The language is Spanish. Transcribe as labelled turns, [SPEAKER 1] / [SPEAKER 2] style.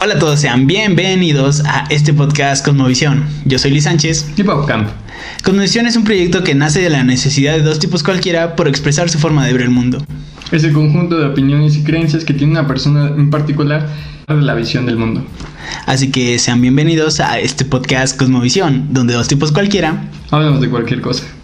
[SPEAKER 1] Hola a todos, sean bienvenidos a este podcast Cosmovisión. Yo soy Luis Sánchez.
[SPEAKER 2] Y Bob Camp.
[SPEAKER 1] Cosmovisión es un proyecto que nace de la necesidad de dos tipos cualquiera por expresar su forma de ver el mundo.
[SPEAKER 2] Es el conjunto de opiniones y creencias que tiene una persona en particular de la visión del mundo.
[SPEAKER 1] Así que sean bienvenidos a este podcast Cosmovisión, donde dos tipos cualquiera
[SPEAKER 2] Hablamos de cualquier cosa.